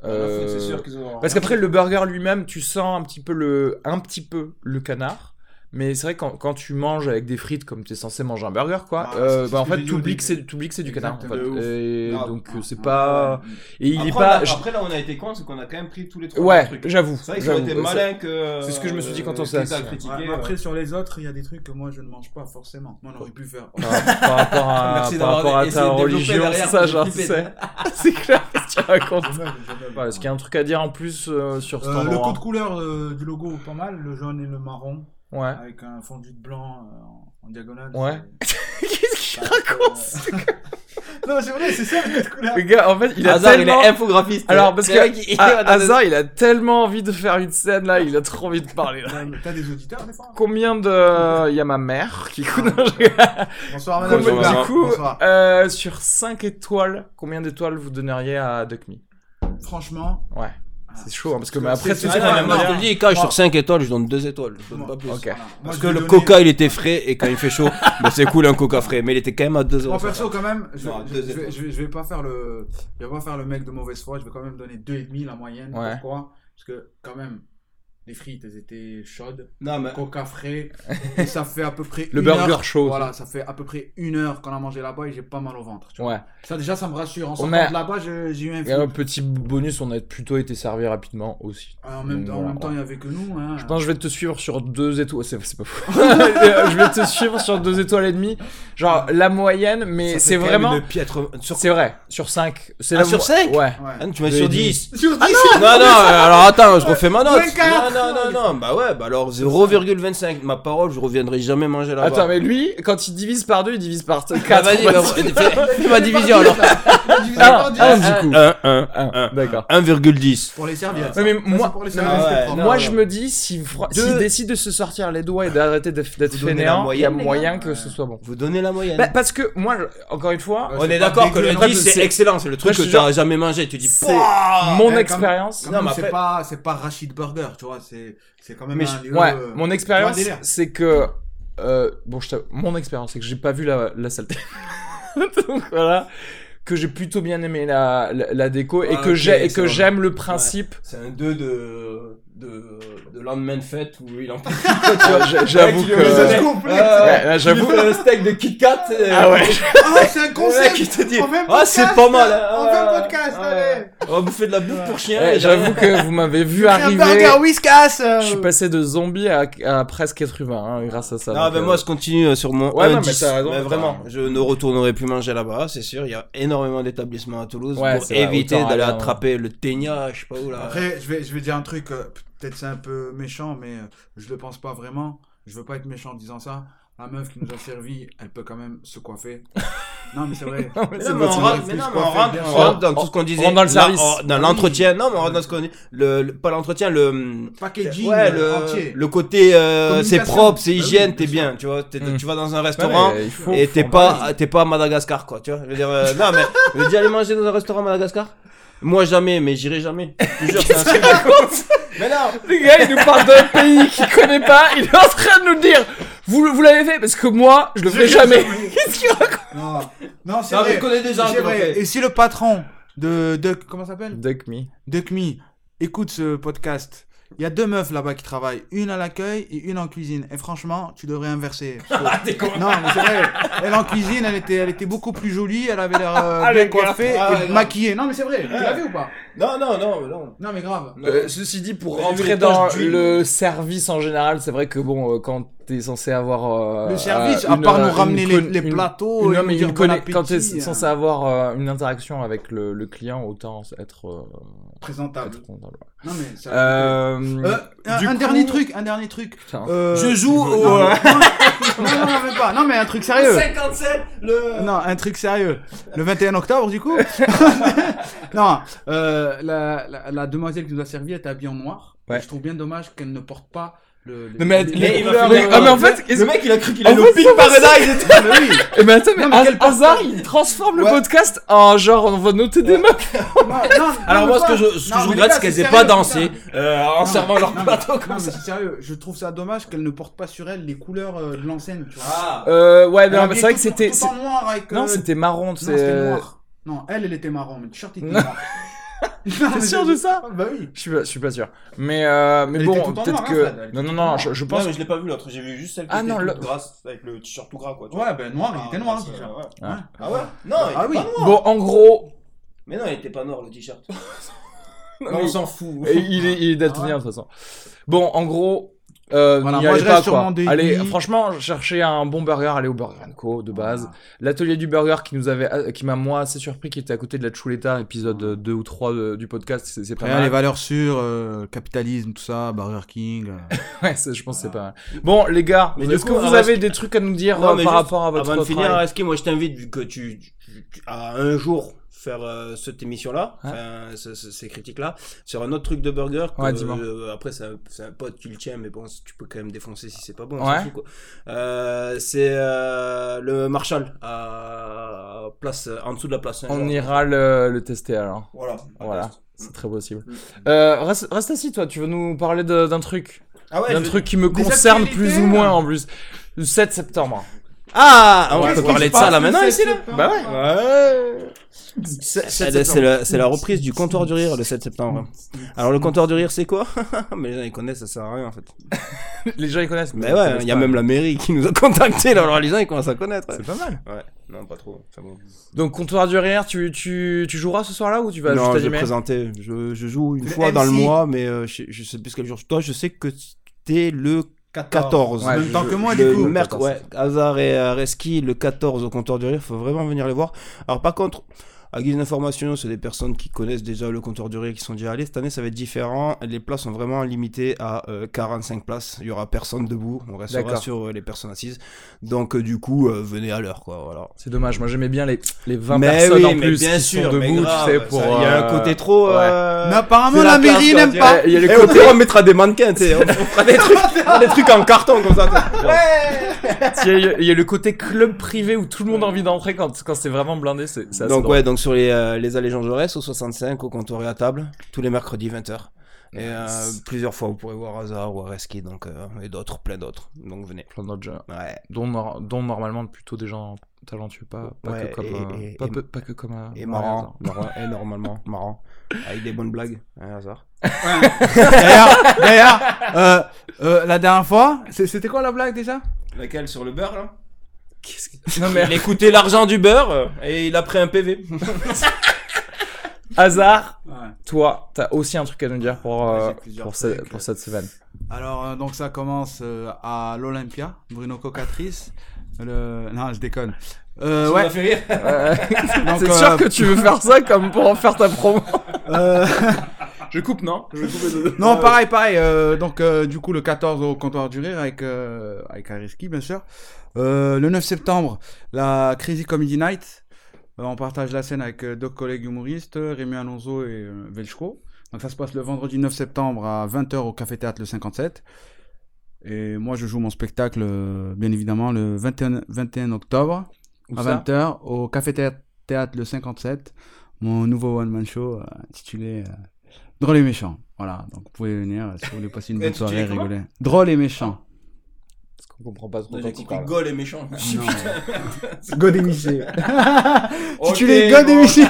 Speaker 1: Euh,
Speaker 2: C'est sûr qu'ils ont.
Speaker 1: Parce qu'après le burger lui-même, tu sens un petit peu le, un petit peu le canard. Mais c'est vrai quand, quand tu manges avec des frites comme tu es censé manger un burger quoi,
Speaker 3: Ah,
Speaker 1: euh,
Speaker 3: c'est ce
Speaker 1: bah en
Speaker 3: que j'ai
Speaker 1: fait
Speaker 3: dit au
Speaker 1: t'oublies que
Speaker 3: début.
Speaker 1: c'est t'oublies que c'est du canard en fait.
Speaker 3: Exactement. De ouf.
Speaker 1: Et
Speaker 2: Grave.
Speaker 1: donc euh, c'est
Speaker 3: Ah,
Speaker 1: pas
Speaker 3: ouais.
Speaker 1: et il
Speaker 2: après,
Speaker 1: est pas
Speaker 2: on a-
Speaker 1: je-
Speaker 2: après, là, on a été con, c'est qu'on a quand même pris tous les trois
Speaker 1: ouais
Speaker 2: trucs.
Speaker 1: j'avoue
Speaker 2: C'est vrai qu'ils
Speaker 1: j'avoue.
Speaker 2: ont été
Speaker 1: Euh,
Speaker 2: malins que.
Speaker 1: c'est ce que je me suis dit quand on
Speaker 2: euh,
Speaker 1: s'est
Speaker 2: que t'as
Speaker 1: assis.
Speaker 2: critiqué,
Speaker 3: Ouais, mais
Speaker 2: euh,
Speaker 3: après, sur les autres, il y a des trucs que moi je ne mange pas forcément. Moi, on aurait pu faire.
Speaker 1: par, par rapport à,
Speaker 2: Merci
Speaker 1: par
Speaker 2: d'avoir
Speaker 1: rapport à
Speaker 2: essayé
Speaker 1: ta
Speaker 2: de développer
Speaker 1: religion
Speaker 2: derrière,
Speaker 1: c'est ça
Speaker 2: j'ai
Speaker 1: genre
Speaker 2: flippé.
Speaker 1: c'est c'est clair qu'est-ce que tu racontes
Speaker 3: Je meuble, je meuble.
Speaker 1: voilà, est-ce Ah, qu'il y a un truc à dire en plus euh, sur cet
Speaker 3: Euh, le
Speaker 1: endroit
Speaker 3: code couleur euh, du logo, pas mal. Le jaune et le marron,
Speaker 1: ouais
Speaker 3: avec un fondu de blanc euh, en- en diagonale.
Speaker 1: Ouais.
Speaker 3: c'est-
Speaker 1: qu'est-ce qu'il
Speaker 3: Bah,
Speaker 1: raconte
Speaker 3: c'est, euh, non, c'est vrai, c'est ça le code couleur.
Speaker 1: le gars en fait il a
Speaker 2: Hazard,
Speaker 1: tellement
Speaker 2: il est infographiste.
Speaker 1: Alors, parce
Speaker 2: C'est
Speaker 1: que-
Speaker 2: vrai qu'il-
Speaker 1: Ah, Hazard, il a tellement envie de faire une scène là, il a trop envie de parler là.
Speaker 3: T'as- Euh, T'as des auditeurs des fois
Speaker 1: Combien de. euh, Il y a ma mère qui écoute. Non, je rigole.
Speaker 3: Ah, Bonsoir, madame.
Speaker 1: Combien-
Speaker 2: bonsoir.
Speaker 1: du coup,
Speaker 3: Bonsoir.
Speaker 1: euh, sur 5 étoiles, combien d'étoiles vous donneriez à Duck Me
Speaker 3: Franchement.
Speaker 1: Ouais,
Speaker 3: ah,
Speaker 1: C'est chaud, hein, parce que
Speaker 3: c'est-
Speaker 1: mais après,
Speaker 3: c'est-
Speaker 1: tu
Speaker 2: Ah
Speaker 1: sais
Speaker 2: non,
Speaker 1: qu'on
Speaker 2: mais
Speaker 1: aime
Speaker 2: moi, je te
Speaker 1: bien.
Speaker 2: le dis, quand je
Speaker 3: Moi-
Speaker 2: sur 5 étoiles, je donne 2 étoiles. Je donne
Speaker 3: Moi-
Speaker 2: pas plus.
Speaker 1: Ok.
Speaker 3: Voilà. Moi,
Speaker 2: Parce
Speaker 3: je
Speaker 2: que
Speaker 3: vais
Speaker 2: le
Speaker 3: donner-
Speaker 2: coca, il était frais et quand il fait chaud, bah, c'est cool un coca frais. Mais il était quand même à 2 euros.
Speaker 3: Moi perso quand même, je,
Speaker 2: Non,
Speaker 3: je-
Speaker 2: deux
Speaker 3: je vais,
Speaker 2: étoiles.
Speaker 3: je vais- je vais pas faire le, je vais pas faire le mec de mauvaise foi. Je vais quand même donner deux et demi la moyenne.
Speaker 1: Ouais.
Speaker 3: Pourquoi Parce que quand même, les frites elles étaient chaudes,
Speaker 2: Non, mais.
Speaker 3: coca frais, et ça fait à peu près
Speaker 1: Le
Speaker 3: une
Speaker 1: burger
Speaker 3: heure-
Speaker 1: chaud.
Speaker 3: Voilà, ça fait à peu près une heure qu'on a mangé là-bas et j'ai pas mal au ventre. tu vois.
Speaker 1: Ouais.
Speaker 3: Ça déjà ça me rassure. En
Speaker 1: On
Speaker 3: sortant
Speaker 1: a-
Speaker 3: de là-bas, je- j'ai eu un.
Speaker 1: Et un
Speaker 3: flou.
Speaker 1: petit bonus, on a plutôt été servi rapidement aussi.
Speaker 3: Ah, En même, temps- en
Speaker 1: Voilà.
Speaker 3: même temps, il y avait que nous. Hein.
Speaker 1: Je pense que je vais te suivre sur deux étoiles. C'est c'est pas fou. je vais te suivre sur deux étoiles et demie. Genre la moyenne, mais c'est vraiment.
Speaker 2: Sur
Speaker 1: C'est vrai, sur 5.
Speaker 2: Ah, sur cinq
Speaker 1: Ouais.
Speaker 3: Ouais.
Speaker 2: Ah, tu m'as
Speaker 1: Deux
Speaker 2: sur
Speaker 1: et demi.
Speaker 2: 10. Ah non, non, alors attends, je refais ma note.
Speaker 3: Vingt-quatre.
Speaker 2: non, non, non, bah ouais, bah alors 0,25, ma parole, je reviendrai jamais manger là-bas.
Speaker 1: Attends, mais lui, quand il divise par deux, il divise par
Speaker 2: Ah,
Speaker 1: 4.
Speaker 2: vas-y, bah, fais- fais- fais ma division alors.
Speaker 1: Ah, ah,
Speaker 3: alors.
Speaker 1: du coup.
Speaker 2: 1, 1,
Speaker 1: Ah, D'accord.
Speaker 2: 1,10.
Speaker 3: Pour les serviettes.
Speaker 1: Ouais, mais
Speaker 3: Ça, c'est
Speaker 1: moi,
Speaker 3: pour les
Speaker 2: non,
Speaker 3: serviettes,
Speaker 2: ouais,
Speaker 3: c'est propre.
Speaker 2: non,
Speaker 1: moi
Speaker 2: non.
Speaker 1: je me dis, s'il fera-
Speaker 2: Deux.
Speaker 1: s'il décide de se sortir les doigts et d'arrêter de- d'être
Speaker 2: Vous donnez la
Speaker 1: fainéant, il y a
Speaker 2: moyenne, les
Speaker 1: moyen
Speaker 2: gars
Speaker 1: que ce soit bon.
Speaker 2: Vous donnez la moyenne.
Speaker 1: Bah, parce que moi, je- encore une fois,
Speaker 3: Ouais,
Speaker 2: On
Speaker 3: c'est
Speaker 2: est
Speaker 3: pas
Speaker 2: d'accord que le
Speaker 3: dégueu,
Speaker 2: 10
Speaker 1: non,
Speaker 2: c'est
Speaker 1: c'est-
Speaker 2: excellent, c'est le truc
Speaker 1: je te
Speaker 2: que t'as jamais mangé. Tu dis,
Speaker 1: c'est
Speaker 2: Pouah
Speaker 1: mon
Speaker 3: ouais,
Speaker 1: expérience.
Speaker 3: Quand
Speaker 2: Non,
Speaker 3: même,
Speaker 2: mais
Speaker 3: c'est
Speaker 2: après-
Speaker 3: pas, c'est pas Rachid Burger, tu vois, c'est, c'est quand même
Speaker 1: Mais
Speaker 3: un
Speaker 1: je-
Speaker 3: lieu,
Speaker 1: ouais,
Speaker 3: euh,
Speaker 1: mon
Speaker 3: un
Speaker 1: expérience,
Speaker 3: délire.
Speaker 1: c'est que. euh, bon, je t'avoue, mon expérience, c'est que j'ai pas vu la, la saleté. Donc voilà. Que j'ai plutôt bien aimé la, la, la déco et
Speaker 2: Ah,
Speaker 1: que
Speaker 2: ok,
Speaker 1: j'ai- et
Speaker 2: ça
Speaker 1: que
Speaker 2: va.
Speaker 1: j'aime le principe.
Speaker 2: C'est un 2 de, de, de lendemain de fête où il en
Speaker 1: Tu vois, j'a- J'avoue
Speaker 2: tu
Speaker 1: que.
Speaker 2: lui as
Speaker 1: Ouais,
Speaker 2: donné- euh,
Speaker 1: ouais, là, J'avoue.
Speaker 2: un steak de Kit Kat. euh,
Speaker 1: Ah ouais.
Speaker 3: Ah, c'est un
Speaker 2: Le mec
Speaker 3: concept!
Speaker 2: il te dit
Speaker 3: On fait un
Speaker 2: Ah c'est
Speaker 3: podcast,
Speaker 2: pas mal hein.
Speaker 3: on fait un podcast,
Speaker 2: Ouais.
Speaker 3: allez.
Speaker 2: On va bouffer de la bouffe pour chien
Speaker 1: Ouais,
Speaker 2: et
Speaker 1: J'avoue que vous m'avez vu
Speaker 3: Un
Speaker 1: arriver.
Speaker 3: burger Whiskas! euh,
Speaker 1: Je suis passé de zombie à, à presque être humain hein, grâce à ça.
Speaker 2: Non
Speaker 1: donc,
Speaker 2: mais
Speaker 1: euh,
Speaker 2: moi je continue euh, sur mon
Speaker 1: Ouais, non, mais
Speaker 2: 1,10.
Speaker 1: t'as raison,
Speaker 2: Mais
Speaker 1: t'as
Speaker 2: vraiment,
Speaker 1: raison.
Speaker 2: je ne retournerai plus manger là-bas, c'est sûr. Il y a énormément d'établissements à Toulouse
Speaker 1: Ouais,
Speaker 2: pour
Speaker 1: c'est vrai,
Speaker 2: éviter
Speaker 1: autant
Speaker 2: d'aller
Speaker 1: aller en-
Speaker 2: attraper le ténia, je sais pas où là.
Speaker 3: Après, je vais, je vais dire un truc, euh, peut-être c'est un peu méchant, mais euh, je le pense pas vraiment. Je veux pas être méchant en disant ça. La meuf qui nous a servi, elle peut quand même se coiffer. non, mais c'est vrai.
Speaker 1: mais
Speaker 2: Mais
Speaker 1: c'est
Speaker 2: non, mais on
Speaker 1: possible.
Speaker 2: rentre, mais
Speaker 3: plus
Speaker 2: non, mais
Speaker 3: coiffé,
Speaker 2: on rentre-
Speaker 3: bien
Speaker 2: on Ah
Speaker 3: sûr.
Speaker 2: rentre dans
Speaker 1: On-
Speaker 2: tout ce qu'on disait.
Speaker 1: rentre dans le
Speaker 2: Là,
Speaker 1: service.
Speaker 2: on- dans l'entretien, non, mais on rentre dans ce qu'on dit. Le, le- pas l'entretien, le.
Speaker 3: Packaging
Speaker 2: ouais,
Speaker 3: euh,
Speaker 2: le,
Speaker 3: entier.
Speaker 2: le côté euh, c'est
Speaker 3: Communication.
Speaker 2: propre, c'est
Speaker 3: Bah oui,
Speaker 2: hygiène,
Speaker 3: bien
Speaker 2: t'es
Speaker 3: sûr.
Speaker 2: bien, tu vois. t'es-
Speaker 1: Mm.
Speaker 2: Tu vas dans un
Speaker 1: Ouais,
Speaker 2: restaurant,
Speaker 1: mais il faut-
Speaker 2: Et
Speaker 1: faut
Speaker 2: t'es
Speaker 1: en parler.
Speaker 2: pas, t'es pas à Madagascar, quoi, tu vois. Je veux dire, euh, non, mais, je veux dire, aller manger dans un restaurant à Madagascar? Moi, jamais, mais j'irai jamais. Je te jure, c'est un truc. Mais non!
Speaker 1: Les gars, il nous parle d'un pays qu'il connaît pas, il est en train de nous dire Vous, vous l'avez fait Parce que moi, je le fais jamais. Qu'est-ce qu'il raconte
Speaker 3: Non, non c'est
Speaker 2: Non, mais
Speaker 3: vrai.
Speaker 2: je connais des gens
Speaker 3: C'est
Speaker 2: qui l'ont
Speaker 3: vrai.
Speaker 2: fait.
Speaker 3: Et si le patron de, de comment ça s'appelle
Speaker 1: Duck me.
Speaker 3: Duckme écoute ce podcast. Il y a deux meufs là-bas qui travaillent, une à l'accueil et une en cuisine. Et franchement, tu devrais inverser.
Speaker 2: Ah, t'es con.
Speaker 3: Non, mais c'est vrai. Elle en cuisine, elle était, elle était beaucoup plus jolie. Elle avait l'air euh,
Speaker 1: Ah,
Speaker 3: bien
Speaker 1: le gars.
Speaker 3: coiffée
Speaker 2: Ah, ouais,
Speaker 3: et
Speaker 2: grave.
Speaker 3: maquillée. Non, mais c'est vrai. Tu l'as vu ou pas
Speaker 2: Non, non, non, mais non.
Speaker 3: Non, mais grave.
Speaker 2: Non.
Speaker 1: Euh, ceci dit, pour
Speaker 2: Mais
Speaker 1: rentrer
Speaker 2: les
Speaker 1: dans
Speaker 2: tâches du-
Speaker 1: le service en général, c'est vrai que bon, euh, quand t'es censé avoir. euh,
Speaker 3: Le service,
Speaker 1: euh,
Speaker 3: à
Speaker 1: une,
Speaker 3: part
Speaker 1: euh,
Speaker 3: nous
Speaker 1: une
Speaker 3: ramener les,
Speaker 1: con-
Speaker 3: les
Speaker 1: une-
Speaker 3: plateaux,
Speaker 1: une-
Speaker 3: et
Speaker 1: non,
Speaker 3: nous
Speaker 1: mais
Speaker 3: dire
Speaker 1: une
Speaker 3: bon
Speaker 1: conne- quand t'es
Speaker 3: appétit,
Speaker 1: censé
Speaker 3: euh,
Speaker 1: avoir euh, une interaction avec le, le client, autant être, euh,
Speaker 3: présentable.
Speaker 1: être comptable.
Speaker 3: Non, mais ça-
Speaker 1: Euh,
Speaker 3: Euh, un,
Speaker 1: du
Speaker 3: un
Speaker 1: coup-
Speaker 3: dernier truc, un dernier truc.
Speaker 1: putain.
Speaker 3: Euh,
Speaker 2: Je joue
Speaker 3: non,
Speaker 2: au-
Speaker 3: Non, non, non, même pas. Non, mais un truc sérieux.
Speaker 2: 57, le.
Speaker 3: Non, un truc sérieux. Le 21 octobre, du coup. non, euh, la, la, la demoiselle qui nous a servi, elle était habillée en noir.
Speaker 1: Ouais,
Speaker 3: Je trouve bien dommage qu'elle ne porte pas le. le-
Speaker 1: Non, mais
Speaker 3: le-
Speaker 1: les
Speaker 2: Mais il va
Speaker 1: couleurs-
Speaker 2: faire-
Speaker 1: mais- ah, mais en fait,
Speaker 2: Le mec, il a cru qu'il
Speaker 1: En
Speaker 2: allait
Speaker 1: fait,
Speaker 2: au
Speaker 1: c'est
Speaker 2: Pink
Speaker 1: pas ça.
Speaker 2: Paradise et tout.
Speaker 3: Mais oui.
Speaker 1: Eh ben attends, mais,
Speaker 3: Non, mais
Speaker 1: ha-
Speaker 3: quel
Speaker 1: hasard, il transforme le
Speaker 3: Ouais.
Speaker 1: podcast en genre on va noter des meufs.
Speaker 3: Non, non,
Speaker 2: Alors,
Speaker 3: non,
Speaker 2: moi, ce
Speaker 3: mais
Speaker 2: que
Speaker 3: pas-
Speaker 2: je, ce que
Speaker 3: Non,
Speaker 2: je
Speaker 3: mais
Speaker 2: regrette,
Speaker 3: les
Speaker 2: c'est
Speaker 3: gars,
Speaker 2: qu'elles aient
Speaker 3: sérieux,
Speaker 2: pas
Speaker 3: putain.
Speaker 2: dansé, euh, en
Speaker 3: Non,
Speaker 2: servant
Speaker 3: mais-
Speaker 2: leur
Speaker 3: non, mais-
Speaker 2: plateau
Speaker 3: non,
Speaker 2: comme
Speaker 3: mais
Speaker 2: ça.
Speaker 3: c'est sérieux, je trouve ça dommage qu'elle ne porte pas sur elle les couleurs euh, de l'enseigne, tu vois.
Speaker 2: Ah.
Speaker 1: Euh, ouais,
Speaker 3: Elle
Speaker 1: non, mais
Speaker 3: habillait
Speaker 1: c'est vrai
Speaker 3: tout-
Speaker 1: que c'était.
Speaker 3: tout en noir avec.
Speaker 1: Non,
Speaker 3: euh,
Speaker 1: c'était marron,
Speaker 3: non, c'était
Speaker 1: c'est.
Speaker 3: noir. Non, elle, elle était marron, mais le t-shirt il était
Speaker 1: Non.
Speaker 3: noir. Non, mais
Speaker 1: T'es sûr de ça
Speaker 3: Ah, Bah oui.
Speaker 1: je suis, pas, je suis pas sûr. Mais, euh, mais
Speaker 3: Elle était
Speaker 1: bon,
Speaker 3: tout en
Speaker 1: peut-être
Speaker 3: noir, hein, Fred, elle
Speaker 1: que.
Speaker 3: était
Speaker 1: Non, non,
Speaker 3: tout en
Speaker 1: non,
Speaker 3: noir.
Speaker 1: je, je pense.
Speaker 2: Non, mais je l'ai pas vu l'autre, j'ai vu juste celle qui
Speaker 1: Ah,
Speaker 2: était
Speaker 1: non,
Speaker 2: toute
Speaker 1: le-
Speaker 2: grasse, avec le t-shirt tout gras, quoi. tu vois.
Speaker 3: Ouais, ben noir, il était noir le
Speaker 2: Ah,
Speaker 3: t-shirt.
Speaker 2: ouais.
Speaker 1: Ouais.
Speaker 3: Ouais.
Speaker 2: Ah ouais Non, il
Speaker 3: Ah
Speaker 2: était
Speaker 3: oui.
Speaker 2: pas noir.
Speaker 1: Bon, en gros.
Speaker 2: Mais non, il était pas noir le t-shirt.
Speaker 1: Non,
Speaker 2: On
Speaker 1: mais-
Speaker 2: s'en fout.
Speaker 1: Et il est, il est daltonien, de toute façon. Bon, en gros. Euh,
Speaker 3: Ah Voilà,
Speaker 1: n'y
Speaker 3: moi,
Speaker 1: allez
Speaker 3: je
Speaker 1: pas,
Speaker 3: reste sur
Speaker 1: quoi.
Speaker 3: mon délit.
Speaker 1: Allez, franchement, chercher un bon burger, allez au Burger Co de base. L'atelier du burger qui nous avait, euh, qui m'a moi assez surpris, qui était à côté de la Chuleta, épisode 2 ou 3 de- du podcast, c'est c'est pas
Speaker 3: Après,
Speaker 1: mal.
Speaker 3: Ah. les valeurs sûres, euh, capitalisme, tout ça, Burger King. euh.
Speaker 1: Ouais, ça, je pense que c'est pas mal. Bon, les gars,
Speaker 2: Mais du
Speaker 1: est-ce que
Speaker 2: coup,
Speaker 1: vous
Speaker 2: alors,
Speaker 1: avez des trucs à nous dire
Speaker 2: Non,
Speaker 1: euh,
Speaker 2: mais
Speaker 1: par
Speaker 2: juste,
Speaker 1: rapport à votre
Speaker 2: Avant de finir,
Speaker 1: travail
Speaker 2: Reski, moi je t'invite vu que tu, tu- tu- à un jour faire euh, cette émission-là,
Speaker 1: Ouais.
Speaker 2: enfin, ce- ce- ces critiques-là, sur un autre truc de burger. que,
Speaker 1: Ouais, dis-moi.
Speaker 2: euh, après, c'est un, c'est un pote qui le tient, mais bon, tu peux quand même défoncer si c'est pas bon. on
Speaker 1: Ouais.
Speaker 2: s'en fout, quoi. Euh, c'est euh, le Marshall à place, en dessous de la place.
Speaker 1: On
Speaker 2: Saint-Jean.
Speaker 1: ira le, le tester alors.
Speaker 2: Voilà.
Speaker 1: Voilà. C'est très possible.
Speaker 2: Mm.
Speaker 1: Euh, reste, reste assis, toi, tu veux nous parler de- d'un truc.
Speaker 2: Ah ouais.
Speaker 1: d'un
Speaker 2: je-
Speaker 1: truc qui me
Speaker 3: Des
Speaker 1: concerne
Speaker 3: actualités,
Speaker 1: plus ou
Speaker 3: là.
Speaker 1: moins en plus. Le 7 septembre.
Speaker 2: Ah, on
Speaker 1: Qu'est-ce
Speaker 2: peut
Speaker 1: qui
Speaker 2: parler
Speaker 1: se
Speaker 2: de ça
Speaker 1: passe
Speaker 2: là
Speaker 1: le
Speaker 2: maintenant
Speaker 1: 7
Speaker 2: ici là.
Speaker 3: hein.
Speaker 1: Bah ouais.
Speaker 2: Ouais. C'est-
Speaker 1: sept
Speaker 2: C'est c'est
Speaker 1: septembre.
Speaker 2: la, c'est la reprise du comptoir du rire le 7 septembre. Alors le comptoir du rire c'est quoi Mais les gens ils connaissent, ça sert à rien en fait.
Speaker 1: Les gens ils connaissent.
Speaker 2: Mais
Speaker 1: ils
Speaker 2: ouais,
Speaker 1: connaissent
Speaker 2: il y a
Speaker 1: pas.
Speaker 2: même la mairie qui nous a contactés, là, alors les gens ils commencent à connaître.
Speaker 1: C'est pas mal.
Speaker 2: Ouais, non pas trop. c'est bon.
Speaker 1: Donc, comptoir du rire, tu, tu, tu joueras ce soir-là ou tu vas
Speaker 2: non,
Speaker 1: juste
Speaker 2: je vais
Speaker 1: animer
Speaker 2: présenter. Je, je joue une
Speaker 3: Le
Speaker 2: fois dans le
Speaker 3: MC.
Speaker 2: mois, mais euh, je, je sais plus quel jour. Toi je sais que t'es le 14.
Speaker 1: Ouais,
Speaker 3: En
Speaker 1: je-
Speaker 3: même temps que moi,
Speaker 1: je-
Speaker 3: du
Speaker 2: Le
Speaker 3: coup.
Speaker 1: merde.
Speaker 2: merc- ouais, Hazard et euh, Reski, le 14 au comptoir du rire, faut vraiment venir les voir. Alors par contre, À guise d'information, c'est des personnes qui connaissent déjà le comptoir du rire et qui sont déjà allées. Cette année, ça va être différent. Les places sont vraiment limitées à euh, 45 places. Il y aura personne debout. On restera
Speaker 1: D'accord.
Speaker 2: sur euh, les personnes assises. Donc, euh, du coup, euh, venez à l'heure, quoi. Voilà.
Speaker 1: C'est dommage, moi j'aimais bien les, les 20
Speaker 2: Mais
Speaker 1: personnes
Speaker 2: oui,
Speaker 1: en
Speaker 2: mais
Speaker 1: plus
Speaker 2: bien
Speaker 1: qui
Speaker 2: sûr,
Speaker 1: sont
Speaker 2: mais
Speaker 1: debout,
Speaker 2: grave,
Speaker 1: tu sais,
Speaker 2: ça,
Speaker 1: pour...
Speaker 2: Il y a un
Speaker 1: euh,
Speaker 2: côté Eh, trop.
Speaker 1: ouais.
Speaker 2: euh,
Speaker 3: Mais apparemment,
Speaker 2: c'est
Speaker 3: la
Speaker 2: place,
Speaker 3: mairie
Speaker 2: quoi,
Speaker 3: n'aime
Speaker 2: tu
Speaker 3: pas.
Speaker 2: vois.
Speaker 1: Il y a le
Speaker 2: Et au
Speaker 1: côté-
Speaker 2: pire, on mettra des mannequins, tu sais. On, on fera des trucs, des trucs en carton comme ça. tu sais.
Speaker 1: Il y, a- il y a le côté club privé où tout le monde a envie d'entrer quand, quand c'est vraiment blindé, c'est c'est assez
Speaker 2: Donc,
Speaker 1: drôle.
Speaker 2: ouais, donc sur les, euh, les allées Jean Jaurès, au 65, au comptoir et à table, tous les mercredis 20h. Et euh,
Speaker 1: Nice.
Speaker 2: plusieurs fois, vous pourrez voir Hazard ou Areski, donc, euh, et d'autres, plein d'autres. Donc, venez.
Speaker 1: Plein d'autres gens,
Speaker 2: Ouais.
Speaker 1: dont, nor- dont normalement plutôt des gens talentueux, pas, pas
Speaker 2: Ouais,
Speaker 1: que comme...
Speaker 2: et-
Speaker 1: euh,
Speaker 2: et-
Speaker 1: pas,
Speaker 2: et-
Speaker 1: peu- pas que comme... euh,
Speaker 2: Et
Speaker 1: Mario
Speaker 2: marrant,
Speaker 1: Hazard.
Speaker 2: marrant, et normalement marrant, avec des bonnes blagues, hein, Hazard.
Speaker 3: D'ailleurs, d'ailleurs, euh, euh, la dernière fois, c'est- c'était quoi la blague déjà
Speaker 2: Laquelle sur le beurre là
Speaker 1: Qu'est-ce que-
Speaker 2: Non mais il écoutait l'argent du beurre euh, et il a pris un PV.
Speaker 1: Hazard,
Speaker 3: Ouais.
Speaker 1: toi, t'as aussi un truc à nous dire pour,
Speaker 3: Ouais,
Speaker 1: euh,
Speaker 3: j'ai plusieurs
Speaker 1: pour, ce-
Speaker 3: trucs.
Speaker 1: pour cette semaine.
Speaker 3: Alors, euh, donc ça commence euh, à l'Olympia, Bruno Cocatrice. Le... Non, je déconne. Euh,
Speaker 2: Ça
Speaker 3: ouais,
Speaker 2: m'a fait rire.
Speaker 1: Euh,
Speaker 3: donc,
Speaker 1: c'est
Speaker 3: euh,
Speaker 1: sûr que tu veux faire ça comme pour en faire ta promo
Speaker 3: euh,
Speaker 1: Je coupe, non
Speaker 3: non, pareil, pareil. euh, donc, euh, du coup, le 14 au comptoir du rire avec, euh, avec Ariski, bien sûr. Euh, le 9 septembre, la Crazy Comedy Night. Euh, on partage la scène avec euh, deux collègues humoristes, Rémi Alonso et euh, Velchko. Donc, ça se passe le vendredi 9 septembre à 20h au Café Théâtre le 57. Et moi, je joue mon spectacle, euh, bien évidemment, le 21, 21 octobre
Speaker 1: Où
Speaker 3: à
Speaker 1: ça
Speaker 3: 20h au Café Thé- Théâtre le 57, mon nouveau one-man show euh, intitulé euh, Drôle et méchant. Voilà, donc vous pouvez venir euh, si vous voulez passer une bonne
Speaker 2: Intitulé
Speaker 3: soirée,
Speaker 2: comment
Speaker 3: rigoler. Drôle et méchant.
Speaker 2: Ah,
Speaker 1: Parce qu'on comprend pas trop
Speaker 2: J'ai
Speaker 1: quand tu
Speaker 2: compris
Speaker 1: parles.
Speaker 2: Gaulle est méchant.
Speaker 3: Non. God et Michel. Intitulé
Speaker 2: Ok,
Speaker 3: God et
Speaker 2: bon.
Speaker 3: Michel.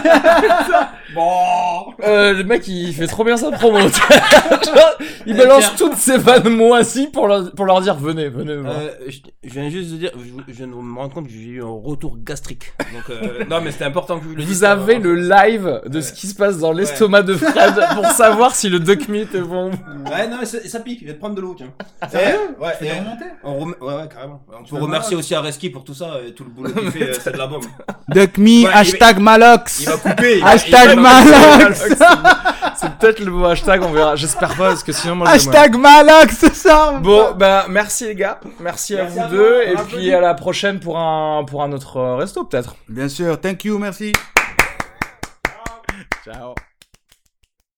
Speaker 2: Bon.
Speaker 1: Euh, le mec, il fait trop bien sa promo. tu vois. il balance
Speaker 2: Tiens.
Speaker 1: toutes ses vannes moisies pour leur, pour leur dire venez, venez. nous voir.
Speaker 2: Euh, je, je viens juste de dire, je, je viens de me rendre compte que j'ai eu un retour gastrique. Donc, euh, non mais c'était important que vous le
Speaker 1: Vous
Speaker 2: disiez,
Speaker 1: avez
Speaker 2: euh,
Speaker 1: le hein. live de ce qui se passe dans l'estomac de Fred pour savoir si le duck meat est bon.
Speaker 2: Ouais non mais c'est- ça pique. Je vais te prendre de l'eau tiens.
Speaker 3: Sérieux
Speaker 2: Eh, Ouais.
Speaker 3: Tu
Speaker 2: eh,
Speaker 3: l'as remonté
Speaker 2: on rem- Ouais, ouais, carrément. On peut
Speaker 3: vas
Speaker 2: remercier aussi Areski pour tout ça, et tout le boulot qu'il fait, euh, c'est de la bombe.
Speaker 3: Duck me,
Speaker 2: Ouais,
Speaker 3: hashtag
Speaker 2: Il
Speaker 3: Malox.
Speaker 2: va couper. il va-
Speaker 3: Hashtag
Speaker 2: il va-
Speaker 3: Malox.
Speaker 1: C'est peut-être le mot hashtag, on verra. J'espère pas parce que sinon moi je vais
Speaker 3: Hashtag Malox, c'est ça.
Speaker 1: Bon, bah merci les gars, merci,
Speaker 2: Merci
Speaker 1: à
Speaker 2: à
Speaker 1: vous
Speaker 2: vous.
Speaker 1: deux, et puis
Speaker 2: On applaudit.
Speaker 1: à la prochaine pour un, pour un autre euh, resto peut-être.
Speaker 3: Bien sûr, thank you, merci.
Speaker 1: Ciao.